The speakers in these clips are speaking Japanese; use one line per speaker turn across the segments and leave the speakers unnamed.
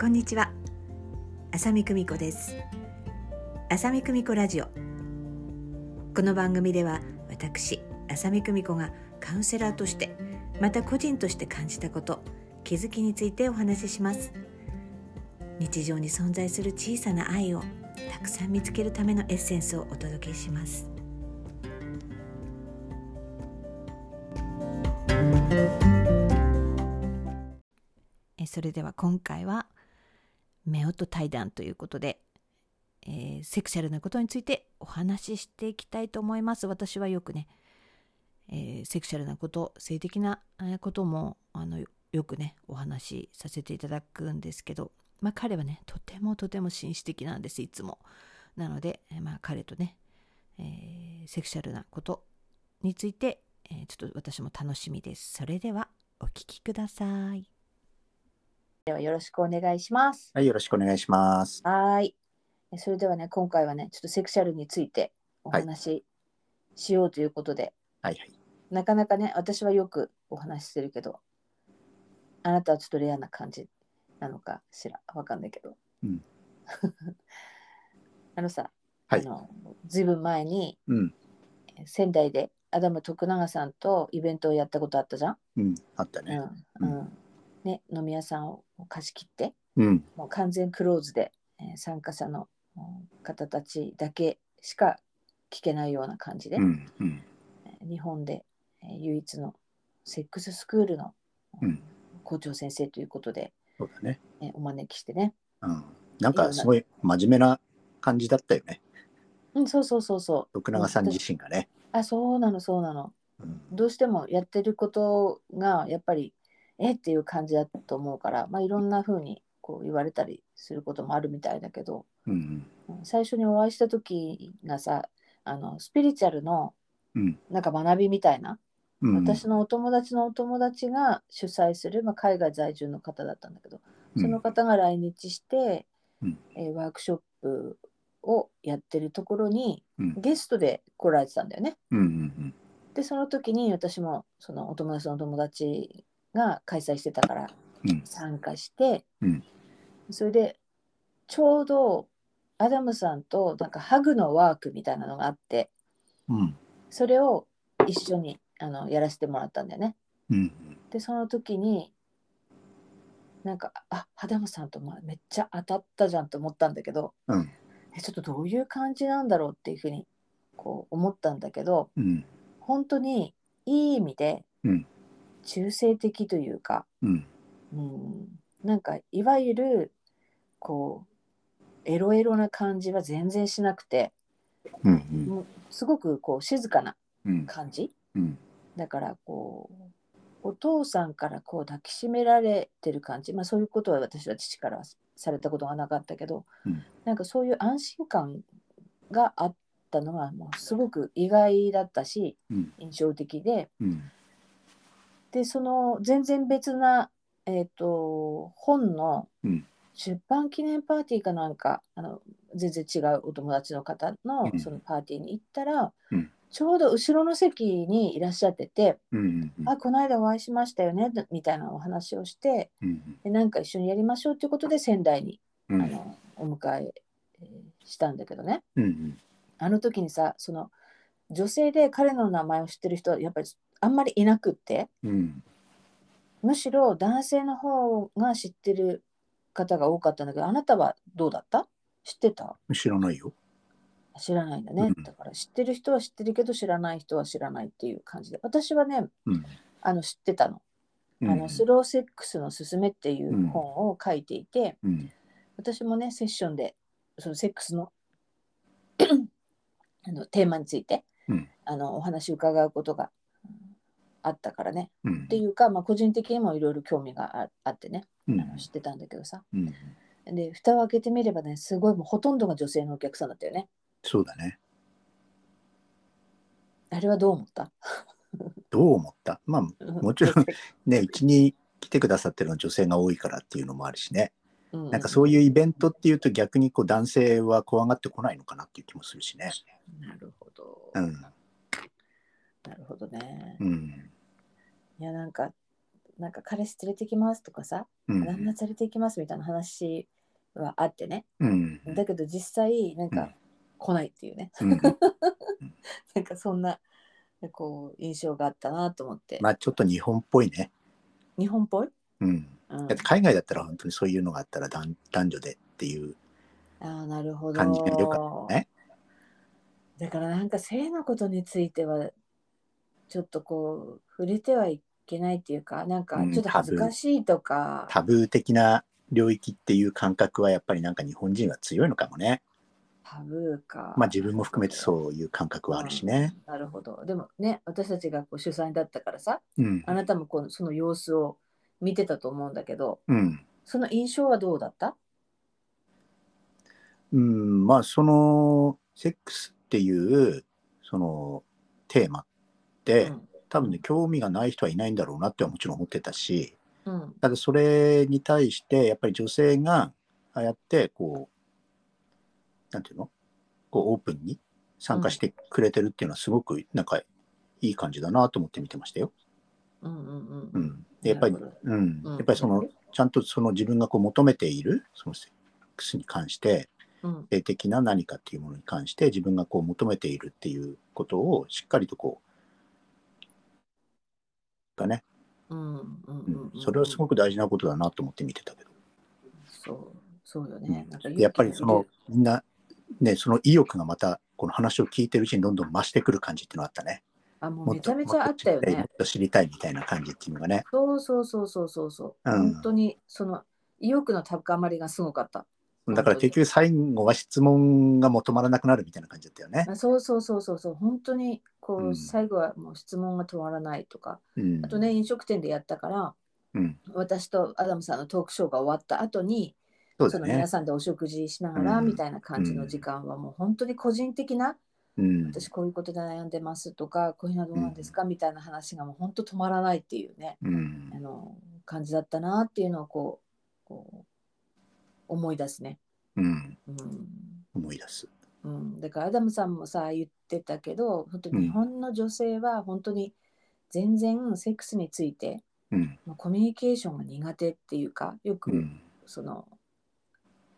こんにちは浅見久美子です浅見久美子ラジオこの番組では私浅見久美子がカウンセラーとしてまた個人として感じたこと気づきについてお話しします日常に存在する小さな愛をたくさん見つけるためのエッセンスをお届けしますえそれでは今回は夫婦対談ということで、えーセクシャルなことについてお話ししていきたいと思います私はよくね、えーセクシャルなこと性的なえーこともあのよよくねお話しさせていただくんですけど、まあ、彼はねとてもとても紳士的なんですいつもなので、えーまあ、彼とね、えーセクシャルなことについて、えーちょっと私も楽しみですそれではお聞きください
ではよろしくお願いします。
はい、よろしくお願いします。
はーい。えそれではね、今回はね、ちょっとセクシャルについてお話ししようということで、
はいはい。
なかなかね、私はよくお話ししてるけど、あなたはちょっとレアな感じなのかしら、わかんないけど。
うん
あのさ、
はい
あのずいぶん前に
うん、
え仙台でアダム徳永さんとイベントをやったことあったじゃん。
うん、あったね。
うんうんね、飲み屋さんを貸し切って。
うん、
もう完全クローズで、えー参加者のうん方たちだけしか聞けないような感じで、
うん、うん、
えー日本で、えー唯一のセックススクールの、うん
うん
校長先生ということで、
そうだね。
えーお招きしてね、
うん、なんかすごい真面目な感じだったよね。
うん、そうそうそうそう
徳永さん自身がね。
あそうなのそうなの
うん、
どうしてもやってることがやっぱりえっていう感じだと思うから、まあ、いろんな風にこう言われたりすることもあるみたいだけど、
うん、
うん最初にお会いした時がさあのスピリチュアルの
うん、
なんか学びみたいな、
うん、
私のお友達のお友達が主催する、まあ、海外在住の方だったんだけど、
うん
その方が来日して、
うん
えーワークショップをやってるところに
うん、
ゲストで来られてたんだよね。
うん、うん、
でその時に私もそのお友達のお友達が開催してたから
うん
参加して、
うん
それでちょうどアダムさんとなんかハグのワークみたいなのがあって
うん、
それを一緒にあのやらせてもらったんだよね。
うん、
でその時になんかあハダムさんとまめっちゃ当たったじゃんと思ったんだけど
うん、
えちょっとどういう感じなんだろうっていうふうにこう思ったんだけど
うん、
本当にいい意味で
うん
中性的というか、
うん、
うん、なんかいわゆるこうエロエロな感じは全然しなくて
うん、
すごくこう静かな
うん、
感じ
うん、
だからこうお父さんからこう抱きしめられてる感じ、まあ、そういうことは私は父からはされたことがなかったけど、
うん
なんかそういう安心感があったのがもうすごく意外だったし
うん、
印象的で
うん、
でその全然別な、えー、と本の
うん
出版記念パーティーかなんかあの全然違うお友達の方の
うん
そのパーティーに行ったら、
うん
ちょうど後ろの席にいらっしゃってて。
うん、
あこの間お会いしましたよねでみたいなお話をして
うん、
でなんか一緒にやりましょうということで仙台に、
うん、う
あ
ん、
のお迎ええーしたんだけどね
うん、
あの時にさその女性で彼の名前を知ってる人はやっぱりあんまりいなくって
うん、
むしろ男性の方が知ってる方が多かったんだけどあなたはどうだった知ってた
知らないよ。
知らないんだね、
うん
だから知ってる人は知ってるけど知らない人は知らないっていう感じで私はね
うん、
あの知ってたの。
うん、
あのスローセックスのすすめっていう
うん
本を書いていて、
うん、
私もねセッションでそのセックスの あのテーマについて、
うん
あのお話伺うことがうんあったからね
うん、
っていうか、まあ、個人的にもいろいろ興味がああってね、
うん
あ、の知ってたんだけどさ
うん、
で蓋を開けてみればねすごいもうほとんどが女性のお客さんだったよね
そうだね。
あれはどう思った
どう思ったまあ、 もちろんね、うちに来てくださってるのは女性が多いからっていうのもあるしね、
うん、
なんかそういうイベントっていうと逆にこう男性は怖がってこないのかなっていう気もするしね。
なるほど、
うん、
なるほどね、
うん、
いやなんかなんか彼氏連れてきますとかさ、
うん
旦那連れて行きますみたいな話はあってね
うん
だけど実際なん
うん
か来ないっていうね、
うん
なんかそんなこう印象があったなと思って、
まあちょっと日本っぽいね。
日本っぽい、
うん、
うん
だって海外だったら本当にそういうのがあったら男男女でっていう。
ああなるほど
感じが良かったね
だからなんか性のことについてはちょっとこう触れてはいけないっていうかなんか
うん
ちょっと恥ずかしいとか、
タブー的な領域っていう感覚はやっぱりなんか日本人は強いのかもね。
タブーか、
まあ自分も含めてそういう感覚はあるしね。
なるほどでもね私たちがこう主催だったからさ
うん。
あなたもこうその様子を見てたと思うんだけど
うん。
その印象はどうだった
うん、まあそのセックスっていうそのテーマって、
うん
多分ね興味がない人はいないんだろうなってはもちろん思ってたし
うん
ただそれに対してやっぱり女性がああやってこうなんていうのこうオープンに参加してくれてるっていうのはすごくなんかいい感じだなと思って見てましたよ。
うんうん
う
うん
ん、でやっぱり、
なるほ
うん、
うん
やっぱりそのちゃんとその自分がこう求めているそのセックスに関して
うん
性的な何かっていうものに関して自分がこう求めているっていうことをしっかりとこうがね、
うんうんうん
う
うん
ん、それはすごく大事なことだなと思って見てたけど、
そうそうよ
うん
ね、なんか
やっぱりそのみんなねその意欲がまたこの話を聞いてるうちにどんどん増してくる感じっていうのがあったね
あもう
も
め
っ
ちゃ
と
めちゃあったよ
も
ね
っと知りたいもっと知りたいみたいな感じっていうのがね
そうそうそうそうそうそう、
うん
本当にその意欲の高まりがすごかった
だから結
局
局最後は質問がもう止まらなくなるみたいな感じだったよね、
そうそうそうそうそう本当にこう、
うん
最後はもう質問が止まらないとか
うん、
あとね飲食店でやったから
うん、
私とアダムさんのトークショーが終わった後に
そう
その
だ
皆
ね
さんでお食事しながら
うん
みたいな感じの時間はもう本当に個人的な、
うん
私こういうことで悩んでますとかこういうのはどうなんですかみたいな話がもう本当止まらないっていうね
うん
あの感じだったなっていうのをこうこう思い出すね、
うん、
うん
思い出す
うん、だからアダムさんもさ言ってたけど本当
うん
に日本の女性は本当に全然セックスについて
うん
まあコミュニケーションが苦手っていうかよ
う
く
ん
その、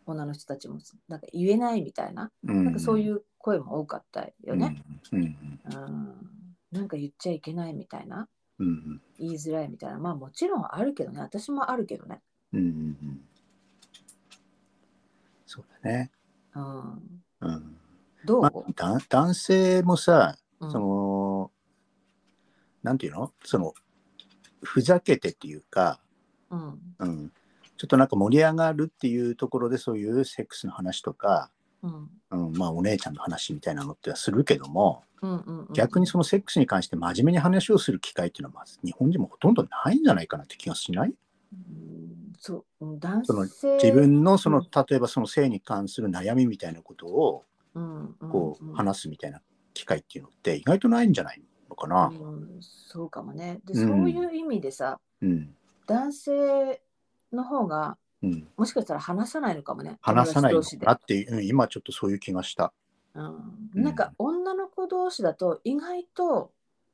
女の人たちもなんか言えないみたいな
な
なんかそういう声も多かったよね、
うん。うん
うん、なんか言っちゃいけないみたいな
うん
言いづらいみたいなまあもちろんあるけどね私もあるけどね、
うんうんそうだね。
うん、
うん。
どう、
まあ、だ男性もさ、
うん
その、なんていうのその、ふざけてっていうか、
うん
うん。ちょっとなんか盛り上がるっていうところでそういうセックスの話とか、
うん
うん、まあお姉ちゃんの話みたいなのってはするけども、
うんうんうん、
逆にそのセックスに関して真面目に話をする機会っていうのはまず日本人もほとんどないんじゃないかなって気がしない
うんそううん男
その
性
自分のその
うん
例えばその性に関する悩みみたいなことを
うんうん
こ
うん
う話すみたいな機会っていうのって意外とないんじゃないのかな。
うんそうかもねで、
うん
そういう意味でさ
うん
男性の方が
うん、
もしかしたら話さないのかもね
話さないの
友達同士で
かなっていう、うん今ちょっとそういう気がした。
うん、なんか女の子同士だと意外と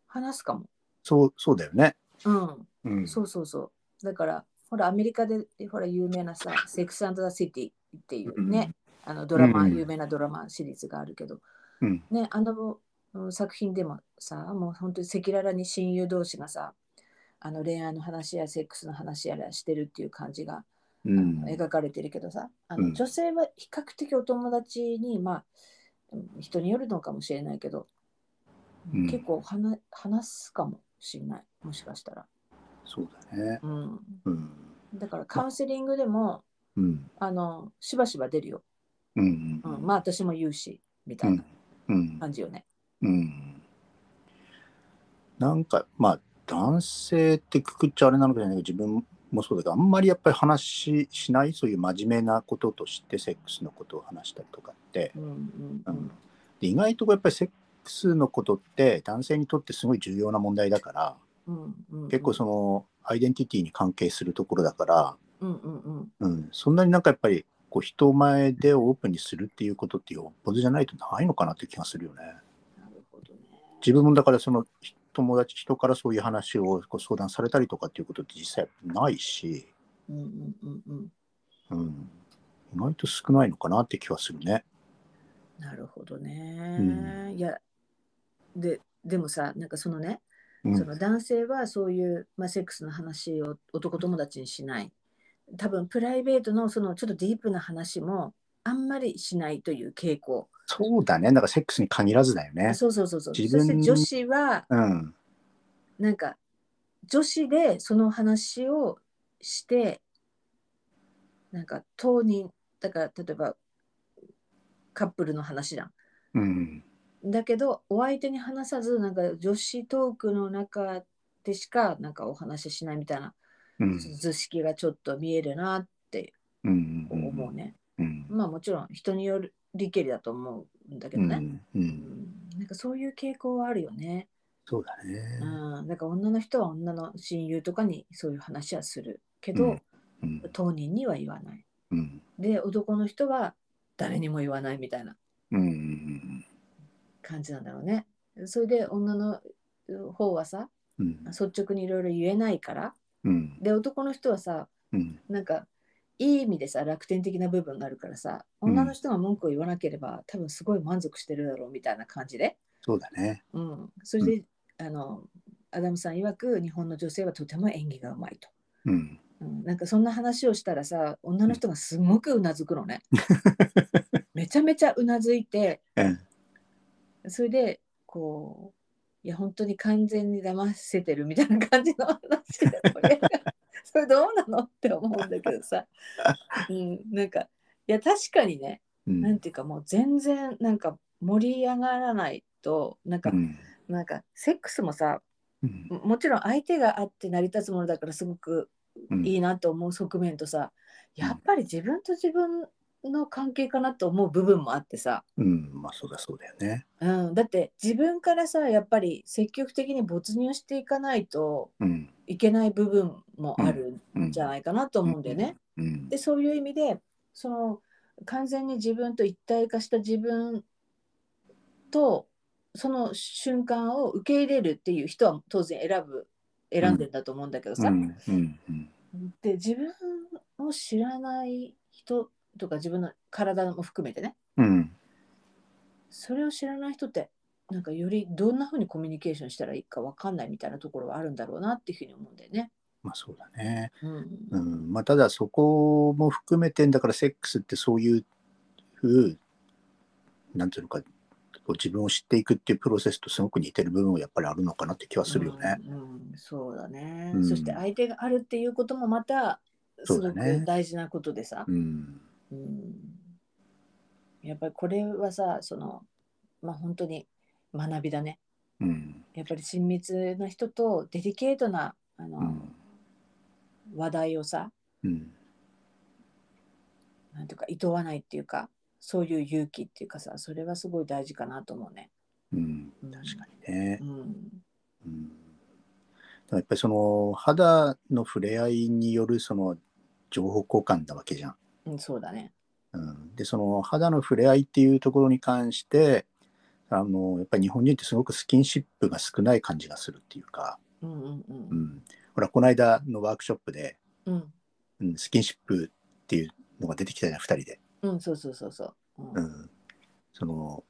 話すかも
そうそうだよね。
うん
うん、
そうそうそう。だから、ほら、アメリカで、ほら、有名なさ、セックスザ・シティっていうね、あのドラマ、
うん
有名なドラマシリーズがあるけど、
うん
ね、あのうん作品でもさ、もう本当に赤裸々に親友同士がさ、あの恋愛の話やセックスの話やらしてるっていう感じが、
う
あ
ん
の描かれてるけどさ、あ
う
の
ん
女性は比較的お友達に、まあ、うん人によるのかもしれないけど、
うん
結構はな話すかもしれない、もしかしたら。
そうだね。
うん
うん
だからカウンセリングでも、
うん
あのしばしば出るよ、
うん
うん、まあ私も言うしみたいな
うん
感じよね。
うんなんかまあ男性ってくくっちゃあれなのかじゃないけど自分もそうだけどあんまりやっぱり話ししないそういう真面目なこととしてセックスのことを話したりとかって、
うんうん
う
うんん
で意外とやっぱりセックスのことって男性にとってすごい重要な問題だから
うんうん
結構そのアイデンティティに関係するところだから、
うんうんうん
うん、そんなになんかやっぱりこう人前でオープンにするっていうことってよっぽどじゃないとないのかなって気がするよね。
なるほどね。
自分もだからその友達人からそういう話をこう相談されたりとかっていうことって実際ないし、
うんうんうんうん。
うん、意外と少ないのかなって気はするね。
なるほど
う
ね。いや、で、でもさ、なんかそのね、
うん
その男性はそういう、まあ、セックスの話を男友達にしない多分プライベートのそのちょっとディープな話もあんまりしないという傾向、
そうだねだからセックスに限らずだよね。
そうそうそうそうそ
自分
して女子は
うん
なんか女子でその話をしてなんか当人だから例えばカップルの話じゃん
うん
だけどお相手に話さずなんか女子トークの中でしかなんかお話ししないみたいな
うん
図式がちょっと見えるなって
うんうん
思うね。
うん
まあもちろん人による理系だと思うんだけ
う
どね。
んう
うんん、なんかそういう傾向はあるよね。
そうだね
う。ん、なんか女の人は女の親友とかにそういう話はするけど、
うんうん
当人には言わない。
うん
で男の人は誰にも言わないみたいな
うんうん
感じなんだろうね。それで女の方はさ
うん
率直にいろいろ言えないから
うん
で男の人はさ
うん
なんかいい意味でさ楽天的な部分があるからさ
うん
女の人が文句を言わなければ、多分すごい満足してるだろうみたいな感じで、
そうだね。
うん、それで、あのアダムさん曰く日本の女性はとても演技がうまいと、
うん
うん、なんかそんな話をしたらさ女の人がすごくうなずくのねめちゃめちゃうなずいて
うん
それでこういや本当に完全に騙せてるみたいな感じの話でこ れそれどうなのって思うんだけどさ、うん、なんかいや確かにね
うん
なんていうかもう全然なんか盛り上がらないとなんか、
うん
なんかセックスもさ
うん
ももちろん相手があって成り立つものだからすごく
うん
いいなと思う側面とさ
うん
やっぱり自分と自分の関係かなと思う部分もあってさ、
うんまあそうだそうだよね。
うん、だって自分からさやっぱり積極的に没入していかないと
うん
いけない部分もあるんじゃないかなと
と
思うんだよね。。
うん
でそういう意味でその完全に自分と一体化した自分とその瞬間を受け入れるっていう人は当然選ぶ選んでんだと思うんだけど
う
さ、
んうんうん
で自分を知らない人とか自分の体も含めてね
うん
それを知らない人ってなんかよりどんなふうにコミュニケーションしたらいいかわかんないみたいなところはあるんだろうなっていうふうに思うんだよね。
まあそうだね。
うん
うんまあただそこも含めてだからセックスってそういうふうなんていうのかこう自分を知っていくっていうプロセスとすごく似てる部分はやっぱりあるのかなって気はするよね。
うんうんそうだね、
うん
そして相手があるっていうこともまたす
そうだ
ご
ね
く大事なことでさ、
うん
うんやっぱりこれはさそのまあ本当に学びだね
うん
やっぱり親密な人とデリケートなあの、
うん
話題をさ
うん
なんていうか厭わないっていうかそういう勇気っていうかさそれはすごい大事かなと思うね。
うん
確
確かにね。
に。
うんだからやっぱりその肌の触れ合いによるその情報交換なわけじゃん。
うん、うん、そうだね。
うんでその肌の触れ合いっていうところに関してあのやっぱり日本人ってすごくスキンシップが少ない感じがするっていうか、
うんうんう
うんん、ほらこの間のワークショップで、
うん。
うん、スキンシップっていうのが出てきたじゃん2人で、
うん、そうそうそうそう。うん
う、んその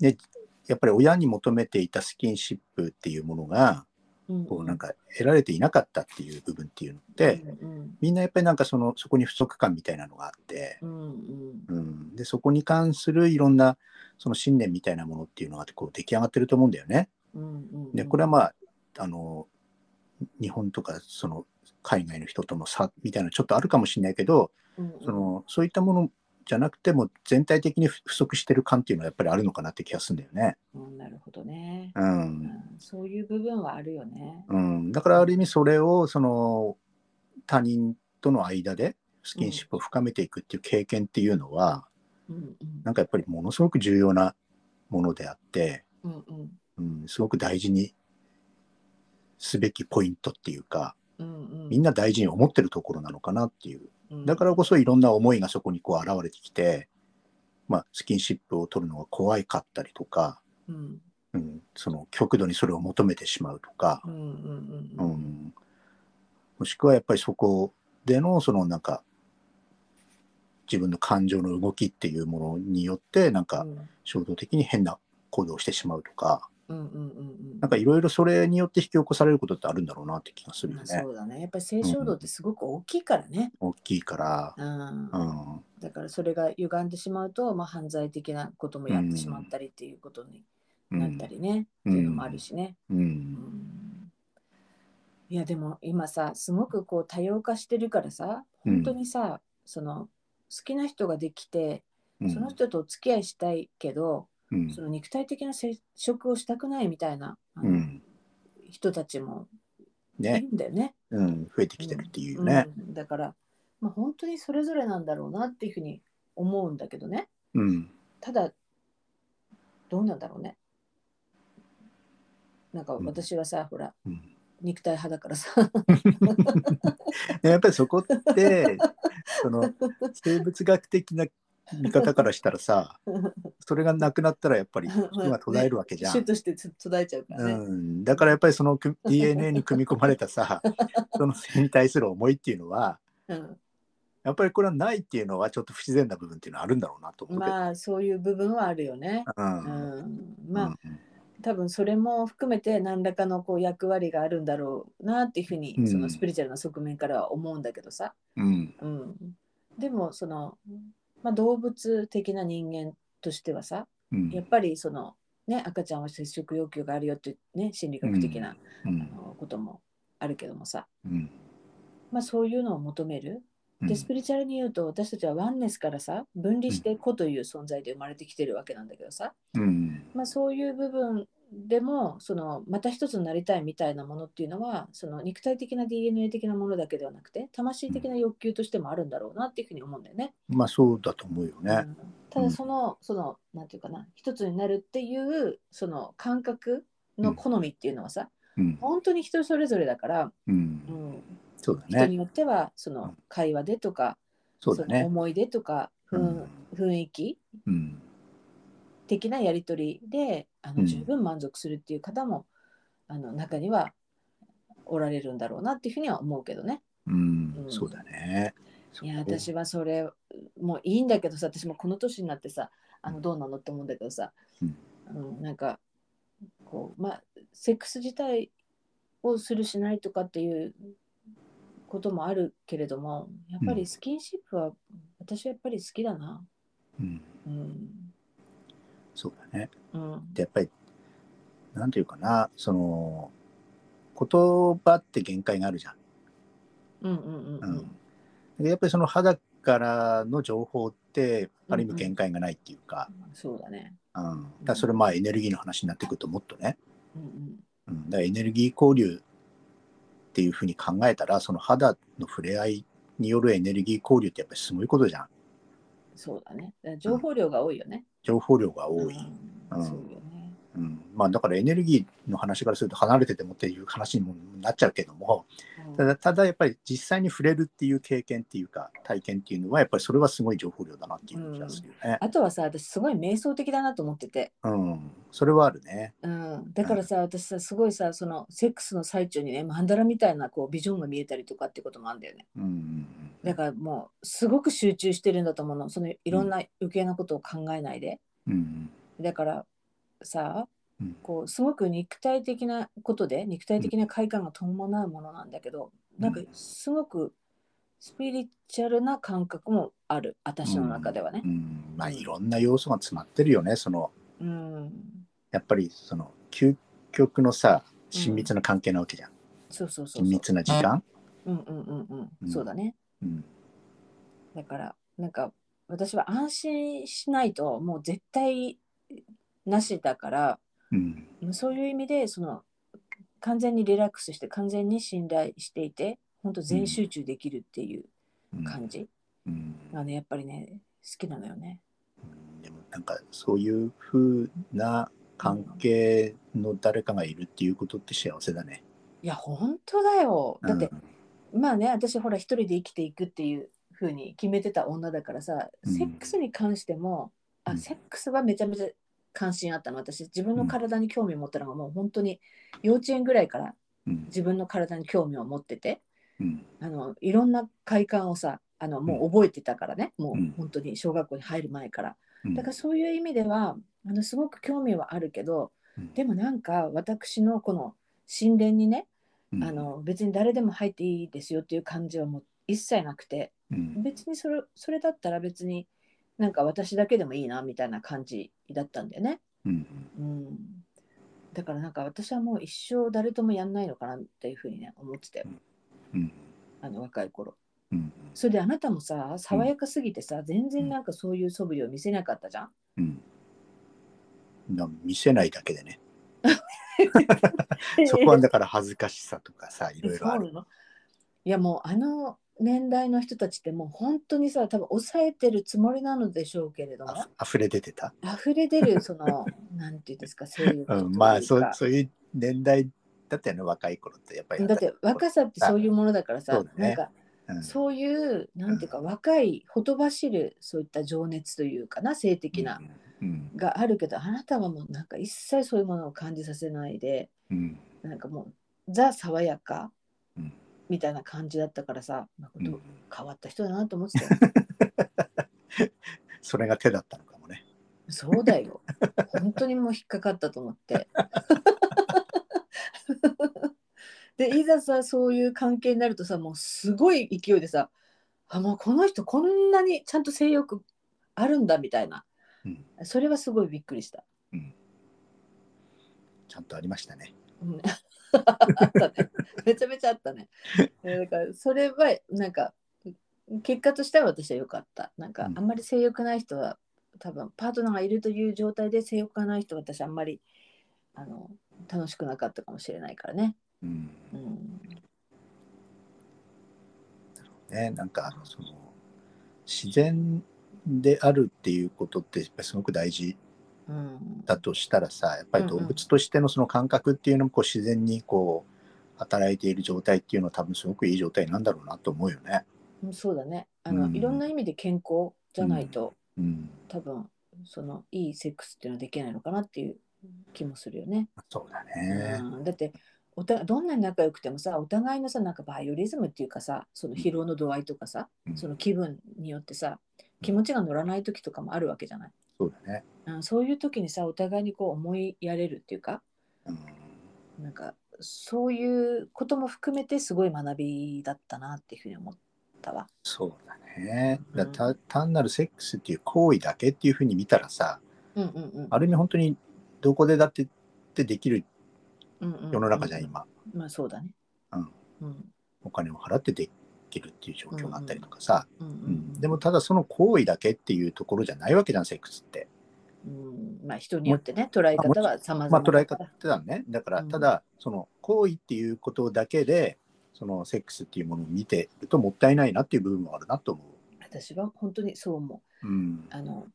ね、やっぱり親に求めていたスキンシップっていうものが
うん
こうなんか得られていなかったっていう部分っていうのって
うん
みんなやっぱりなんかそのそこに不足感みたいなのがあって。
うんうん
うん、でそこに関するいろんなその信念みたいなものっていうのがこう出来上がってると思うんだよね。
うんうん。
でこれはまああの日本とかその海外の人との差みたいなのちょっとあるかもしれないけど
うんうん
そのそういったものじゃなくても全体的に不不足してる感っていうのはやっぱりあるのかなって気がするんだよね。
うんなるほどね。
う
うんんそういう部分はあるよね。
うん、だからある意味それをその他人との間でスキンシップを深めていくっていう経験っていうのは
うんうん
なんかやっぱりものすごく重要なものであって。
うんうん
うん、すごく大事にすべきポイントっていうか
うんうん。
みんな大事に思ってるところなのかなっていう
うん
だからこそいろんな思いがそこにこう現れてきて、まあ、スキンシップを取るのが怖いかったりとか、
うん
うん、その極度にそれを求めてしまうとか、
うんうんう
うんん、もしくはやっぱりそこでのそのなんか自分の感情の動きっていうものによってなん
う
か
ん
衝動的に変な行動をしてしまうとか、
うんうんうん
なんかいろいろそれによって引き起こされることってあるんだろうなって気がする
ま
よ
あ
ね
そ。うだねやっぱり性衝動ってすごく大きいからね、
大きいから、
うん
うん、
だからそれが歪んでしまうと、まあ、犯罪的なこともやってしまったりっていうことに
うん
なったりね、
うん
っていうのもあるしね、
う
うん
ん、
いやでも今さすごくこう多様化してるからさ
うん
本当にさ、その好きな人ができて
うん
その人とお付き合いしたいけど、
うん
その肉体的な接触をしたくないみたいな、あ
う
の
ん、
人たちもいる
ね、
んだよね。
うん、増えてきてるっていうよね。
うんだから、まあ、本当にそれぞれなんだろうなっていうふうに思うんだけどね
うん、
ただどうなんだろうねなんか私はさ、ほら
うん
肉体派だからさ
やっぱりそこってその生物学的な見方からした らさそれがなくなったらやっぱり服が途絶えるわけじゃ
種
ん。
としてつ途絶えちゃうから
う
ね、
ん、だからやっぱりそのく DNA に組み込まれ たさその性に対する思いっていうのは
うん
やっぱりこれはないっていうのはちょっと不自然な部分っていうのはあるんだろうなと思うけど。
まあそういう部分はあるよね、
うん
うん、
う
まあ、
ん
多分それも含めて何らかのこう役割があるんだろうなっていうふうに、
うん
そのスピリチュアルな側面からは思うんだけどさ、
うん
うん、でもその、まあ、動物的な人間としてはさ
うん
やっぱりその、ね、赤ちゃんは接触要求があるよっていう、ね、心理学的な、
う
あ
ん
のこともあるけどもさ、
うん
まあ、そういうのを求める
うん
でスピリチュアルに言うと私たちはワンネスからさ分離して子という存在で生まれてきてるわけなんだけどさ、
うん
まあ、そういう部分でもそのまた一つになりたいみたいなものっていうのはその肉体的な DNA 的なものだけではなくて魂的な欲求としてもあるんだろうなっていうふうに思うんだよね。
まあそうだと思うよ
う
ね。
んただその、そのなんていうかな一つになるっていうその感覚の好みっていうのはさ、
うん
本当に人それぞれだから、う
う、
んん、
そう
人
だ
に
ね。
よってはその会話でとか、
そうだ
の
ね。
思い出とか、ふん雰囲気
うん
的なやり取りであ
う
の
ん
十分満足するっていう方も、あの中にはおられるんだろうなっていうふうには思うけどね。
うん
うん
そうだね。
いや私はそれもういいんだけどさ私もこの年になってさあのどうなのって思うんだけどさ、
うん
うんなんかこうまあセックス自体をするしないとかっていうこともあるけれどもやっぱりスキンシップは私はやっぱり好きだな。
うん、
うん
そうだね。
うん
でやっぱりなんていうかなその言葉って限界があるじゃん。
うんうんうん
うんでやっぱりその肌からの情報ってある意味限界がないっていうか,、
そうだね。
うんだからそれまあエネルギーの話になってくるともっとね、
うんうん
うん、だからエネルギー交流っていうふうに考えたらその肌の触れ合いによるエネルギー交流ってやっぱりすごいことじゃん
そうだね。だから情報量が多いよね。
情報量が多い、
うん
うん
そうよね。
うんまあ、だからエネルギーの話からすると離れててもっていう話にもなっちゃうけども
うん
ただただやっぱり実際に触れるっていう経験っていうか体験っていうのはやっぱりそれはすごい情報量だなっていう気がするよね。
あとはさ、私すごい瞑想的だなと思ってて。
うん、それはあるね。
うん、だからさ、私さ、すごいさ、そのセックスの最中にね、マンダラみたいなこうビジョンが見えたりとかってこともあるんだよね。
うん
だからもう、すごく集中してるんだと思うの。そのいろんな余計なことを考えないで。
うん
だからさ
うん、
こうすごく肉体的なことで肉体的な快感が伴うものなんだけど、
うん
なんかすごくスピリチュアルな感覚もある私の中ではね
う。ん、まあいろんな要素が詰まってるよねその
うん、
やっぱりその究極のさ親密な関係なわけじゃん、
そうそうそうそう。
親密な時間、
うんうんうん
う
うんん。そうだね。
うん
だからなんか私は安心しないともう絶対なしだから、
うん
そういう意味でその完全にリラックスして完全に信頼していて、本当全集中できるっていう。
うん
感じ
うん
がねやっぱりね好きなのよね。
うんでもなんかそういうふうな関係の誰かがいるっていうことって幸せだね。
いや本当だよだって、まあね私ほら一人で生きていくっていう風に決めてた女だからさ、
うん
セックスに関してもあ、
うん
セックスはめちゃめちゃ関心あったの私自分の体に興味を持ったのがもう本当に幼稚園ぐらいから
うん
自分の体に興味を持ってて
うん
あのいろんな快感をさあのもう覚えてたからね、も
うん
う本当に小学校に入る前から
うん
だからそういう意味ではあのすごく興味はあるけどでもなんか私のこの神殿にね、
うん
あの別に誰でも入っていいですよっていう感じはもう一切なくて
うん
別にそれそれだったら別になんか私だけでもいいなみたいな感じだったんだよね。
うん
うん、だからなんか私はもう一生誰ともやんないのかなっていうふうにね思ってたよ
うん
あの若い頃。
うん
それであなたもさ爽やかすぎてさ、全然なんかそういう素振りを見せなかったじゃん。
うんな見せないだけでねそこはだから恥ずかしさとかさいろいろあ
そ
る
うなのいやもうあの年代の人たちってもう本当にさ多分抑えてるつもりなのでしょうけれども
あ溢れ出てた、
溢れ出るその なんていうんですか性欲と
う、
いうんか
まあそうそういう年代だったよね若い頃ってやっぱり
だって若さってそういうものだから
そ
さ
うだ、ね
なんか
うん
そういうなんていうか若いほとばしるそういった情熱というかな性的な、
うん
があるけどあなたはもうなんか一切そういうものを感じさせないで
うん
なんかもうザ爽やか
うん
みたいな感じだったからさ、まあ
う
ど
ん、
変わった人だなと思ってたよ。
それが手だったのかもね
そうだよ。本当にもう引っかかったと思って。 でいざさそういう関係になるとさもうすごい勢いでさあもうこの人こんなにちゃんと性欲あるんだみたいな、
うん
それはすごいびっくりした。
ちゃんとありましたね
うん あったね。めちゃめちゃあったね。えーだからそれはなんか結果としては私は良かった。なんか
うん
あんまり性欲ない人は多分パートナーがいるという状態で性欲がない人は私あんまりあの楽しくなかったかもしれないからね。
うん
うん、
ねなんかその自然であるっていうことってやっぱりすごく大事
うん、
だとしたらさやっぱり動物としてのその感覚っていうのもこう自然にこう働いている状態っていうのは多分すごくいい状態なんだろうなと思うよね。
うんそうだね。あの、
うん
いろんな意味で健康じゃないと、
うん、
多分そのいいセックスっていうのはできないのかなっていう気もするよね。
そうだね。
うんだっておたどんなに仲良くてもさお互いのさなんかバイオリズムっていうかさその疲労の度合いとかさ、
うん
その気分によってさ気持ちが乗らない時とかもあるわけじゃない、
そうだね。
うん、そういう時にさお互いにこう思いやれるっていうか
うん、
なんかそういうことも含めてすごい学びだったなっていうふうに思ったわ。
そうだね。
うん
だた単なるセックスっていう行為だけっていうふうに見たらさ
うんうんうん
ある意味本当にどこでだってってできる
うんうん
世の中じゃん今。
まあそうだね。
うん
うん
お金を払ってできるっていう状況があったりとかさ、
うんうん
うん、でもただその行為だけっていうところじゃないわけじゃんセックスって。
うんまあ人によってね捉え方は様々
まあ、捉
だ
え
か
方
ら
ってだね。だから、
うん
ただ、その行為っていうことだけで、そのセックスっていうものを見てるともったいないなっていう部分もあるなと思
私は本当にそう思う。
う。うん。
あの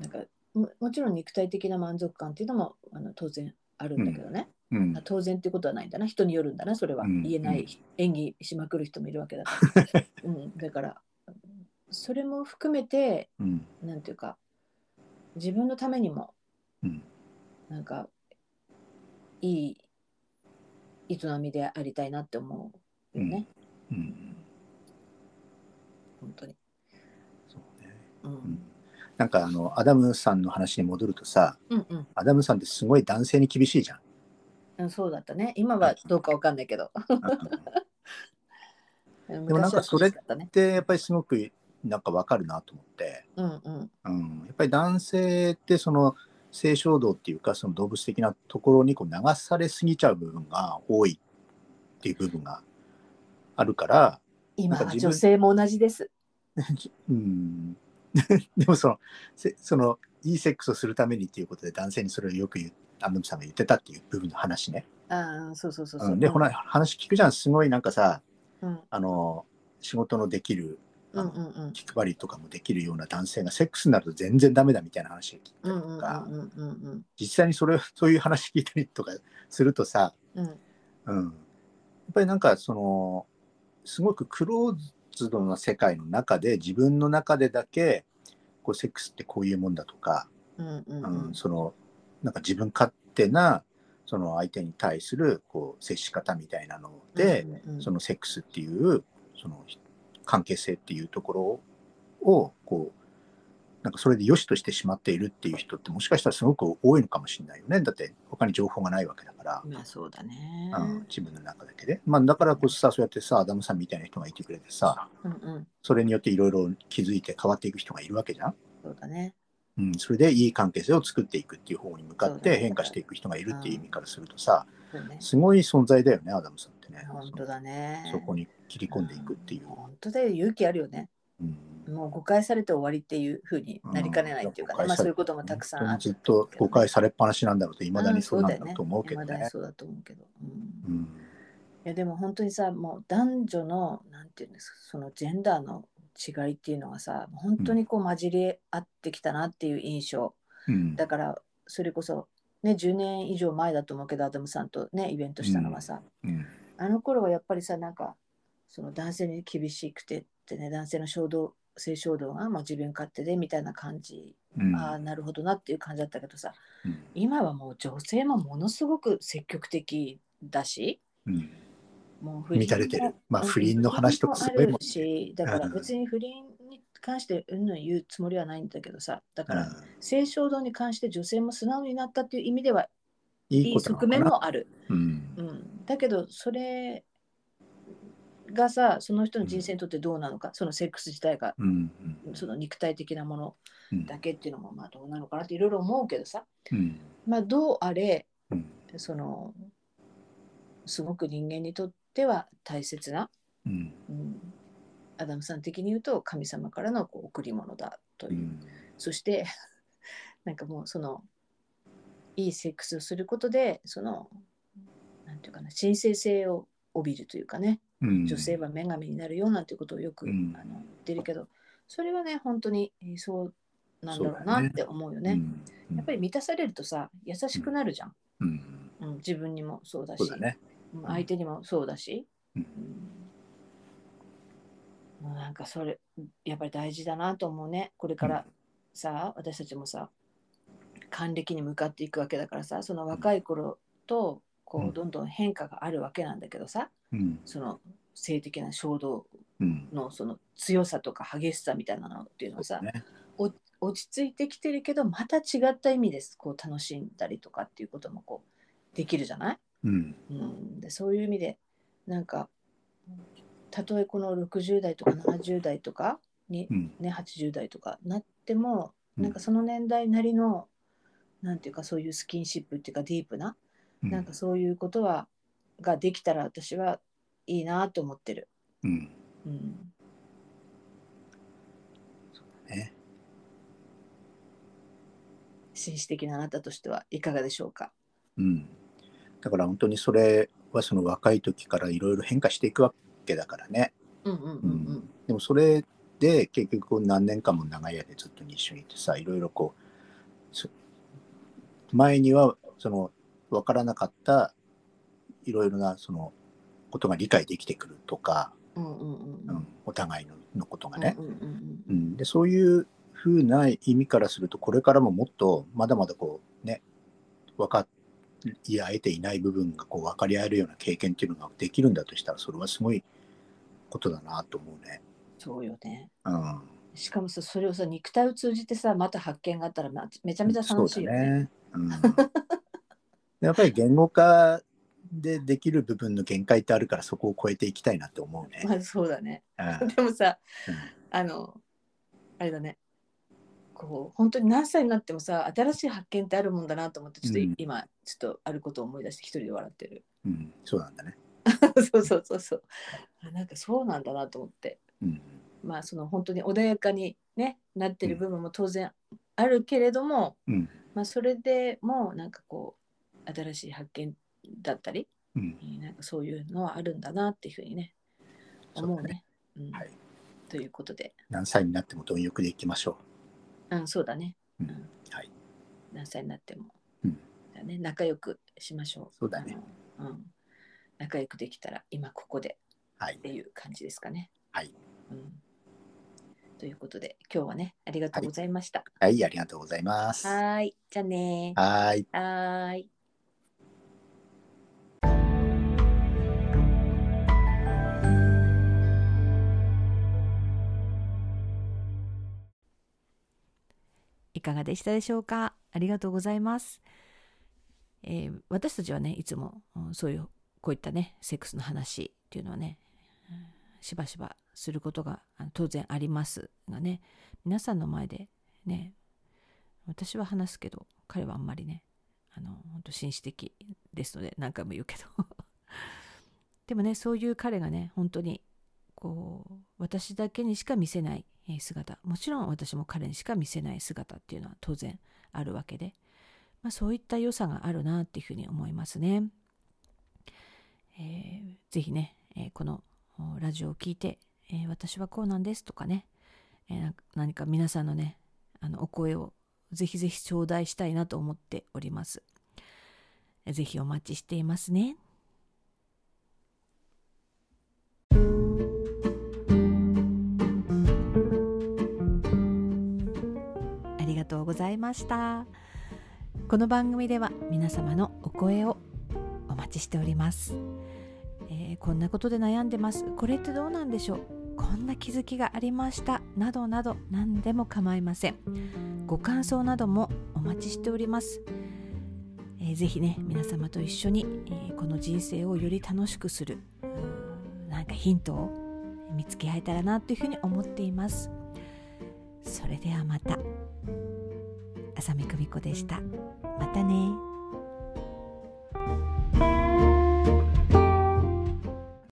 なんかももちろん肉体的な満足感っていうのもあの当然あるんだけどね、
うん
あ、当然っていうことはないんだな人によるんだなそれは、
うん
言えない、
うん
演技しまくる人もいるわけだから、 うん、だからそれも含めて
うん。
なんていうか自分のためにも
うん。
なんかいい営みでありたいなって思うよね、
うん。
本当に、
そうね。
うん
うん。なんか、あの、アダムさんの話に戻るとさ、
うんうん
アダムさんってすごい男性に厳しい じゃん。
うん、そうだったね今はどうかわかんないけど
もなん
昔
か
は
それ
厳しかったね
で、やっぱりすごく、なんかわかるなと思って。
うんうん
うん、やっぱり男性ってその性衝動っていうかその動物的なところにこう流されすぎちゃう部分が多いっていう部分があるから、
今
なんか
は
自分
女性も同じです。
うん、 でもそのせそのいいセックスをするためにっていうことで男性にそれをよく言うアンムさんが言ってたっていう部分の話ね。
ああ、そうそうそうそう。
うん、でほら話聞くじゃんすごいなんかさ
うん
あの仕事のできる
うんうんうん
気配りとかもできるような男性がセックスになると全然ダメだみたいな話を聞いた
う
り
ん
とか。
うんうんうん
実際にそれそういう話聞いたりとかするとさ、
うんうん
うん、やっぱりなんかそのすごくクローズドな世界の中で自分の中でだけこうセックスってこういうもんだとか
うんうんう
うんん、そのなんか自分勝手なその相手に対するこう接し方みたいなので、
うんうん
そのセックスっていうその関係性っていうところをこうなんかそれで良しとしてしまっているっていう人ってもしかしたらすごく多いのかもしれないよねだって他に情報がないわけだから、
まあそうだね。
うん、自分の中だけで、まあ、だからこそさそうやってさアダムさんみたいな人がいてくれてさ
うんうん
それによっていろいろ気づいて変わっていく人がいるわけじゃん。
そうだね
うん、それでいい関係性を作っていくっていう方に向か
そ
っ
うだ
て
ね
変化していく人がいるっていう意味からするとさ、
そうね
すごい存在だよね、アダムさんってね。
本当だね
そそこに切り込んでいくっていう。
本当だよ勇気あるよね
うん
もう誤解されて終わりっていうふうになりかねないっていうかね、
うん
まあそういうこともたくさんあ
本
る
当にずっと誤解されっぱなしなんだろうと、いまだにそうなんだろうと思うけど
んそうだよね未だにそ
ね。
うだと思うけど、うん
うん
いやでも本当にさもう男女のなんていうんですかそのジェンダーの違いっていうのがさ本当にこう混じり合ってきたなっていう印象、
うん
だからそれこそね10年以上前だと思うけどアダムさんとねイベントしたのはさ、
うん
あの頃はやっぱりさなんかその男性に厳しくてってね男性の衝動性衝動がまあ自分勝手でみたいな感じ、
うん
ああなるほどなっていう感じだったけどさ
うん
今はもう女性もものすごく積極的だし、
うん
もう不倫
満たれてる。まあ、
うん
不倫の話とかすごいもん
あるし、だから別に不倫に関してうんぬん言うつもりはないんだけどさ、だか
う
ら
ん
性衝動に関して女性も素直になったっていう意味ではい
い
い
こ
い
とな
側
のか
面
な。
もある。
うん
うん、だけどそれがさ、その人の人生にとってどうなのか、そのセックス自体が、
うん
その肉体的なもの
うん
だけっていうのもまあどうなのかなっていろいろ思うけどさ、
うん
まあどうあれ、
うん
そのすごく人間にとっては大切な
うん
うんアダムさん的に言うと神様からのこう贈り物だと
う
いう、
ん
そして なんかもうそのいいセックスをすることでそのなんていうかな神聖性を帯びるというかね
うん
女性は女神になるよなんていうことをよく、
うん
あの言ってるけどそれはね本当にえーそうなんだろうなって思うよね。
うんうん
やっぱり満たされるとさ優しくなるじゃん、
うん
うん自分にもそうだし
そうだね。
うん相手にもそうだし、
うん
うんなんかそれやっぱり大事だなと思うねこれからさ、私たちもさ還暦に向かっていくわけだからさその若い頃とこ
うん
うどんどん変化があるわけなんだけどさ
うん
その性的な衝動
うん
のその強さとか激しさみたいなのっていうのをさ、
そうね
落ち着いてきてるけどまた違った意味ですこう楽しんだりとかっていうこともこうできるじゃない
うん
うん、でそういう意味でなんかたとえこの60代とか70代とかに
う、ん
ね、80代とかなっても
うん
なんかその年代なりのなんていうかそういうスキンシップっていうかディープな
うん
なんかそういうことはができたら私はいいなと思ってる。
うん
うん、
ね
紳士的なあなたとしてはいかがでしょうか。
うん、だから本当にそれはその若い時からいろいろ変化していくわけだからね、
うんうんうん
でもそれで結局こう何年間も長い間ずっと一緒にいてさいろいろこうそ前にはその分からなかったいろいろなそのことが理解できてくるとか、
うんうんうんうん
うんお互いののことが
うん
ね、
うんうんうん
うん、でそういうふうな意味からするとこれからももっとまだまだこうね分かり合えていない部分がこう分かり合えるような経験っていうのができるんだとしたらそれはすごいことだなと思うね。
そうよね。
うん、
しかもさそれをさ肉体を通じてさまた発見があったらまめちゃめちゃ
そう
楽
だ
しいよね。
ね。うん、やっぱり言語化でできる部分の限界ってあるからそこを超えていきたいなって思うね。
まあ そうだね。
うん
でもさ、
うん
あのあれだねこう本当に何歳になってもさ新しい発見ってあるもんだなと思ってちょっと、
うん
今ちょっとあることを思い出して一人で笑ってる
うん、そうなんだね。
そうそうそうそうあなんかそうなんだなと思って
うん
まあその本当に穏やかに、ね、なってる部分も当然あるけれども、
うん
まあ、それでもなんかこう新しい発見だったり
うん
なんかそういうのはあるんだなっていうふうにね
そう
思
だ
う
ね
ね。うん
はい
ということで、
何歳になっても貪欲でいきましょ
うん、そうだね。
う。う
うん
ん、はい、
何歳になっても、
うん
だね、仲良くしましょう。
そうだね
あの。うん、仲良くできたら今ここで
はい
っ、ていう感じですかね。
はい、
うん、
ということで今日はねありがとうございました。
はい、ありがとうございます。
は
は
ーいじゃあね
ーい。
ー。はーい。
いかがでしたでしょうかありがとうございます、えー私たちはねいつもうんそういうこういったねセックスの話っていうのはねうんしばしばすることがあの当然ありますがね皆さんの前でね私は話すけど彼はあんまりねあの本当紳士的ですので何回も言うけど でもねそういう彼がね本当にこう私だけにしか見せないえー姿もちろん私も彼にしか見せない姿っていうのは当然あるわけで、まあ、そういった良さがあるなっていうふうに思いますね。えーぜひね、えーこのおラジオを聞いて、えー私はこうなんですとかね、えーな何か皆さんのねあのお声をぜひぜひ頂戴したいなと思っております。えーぜひお待ちしていますね。ありがとうございました。この番組では皆様のお声をお待ちしております。えーこんなことで悩んでます。これってどうなんでしょうこんな気づきがありました。などなど何でも構いません。ご感想などもお待ちしております。えーぜひね、皆様と一緒に、えーこの人生をより楽しくする、うーんなんかヒントを見つけ合えたらなというふうに思っています。それではまた。浅見久美子でした。またね。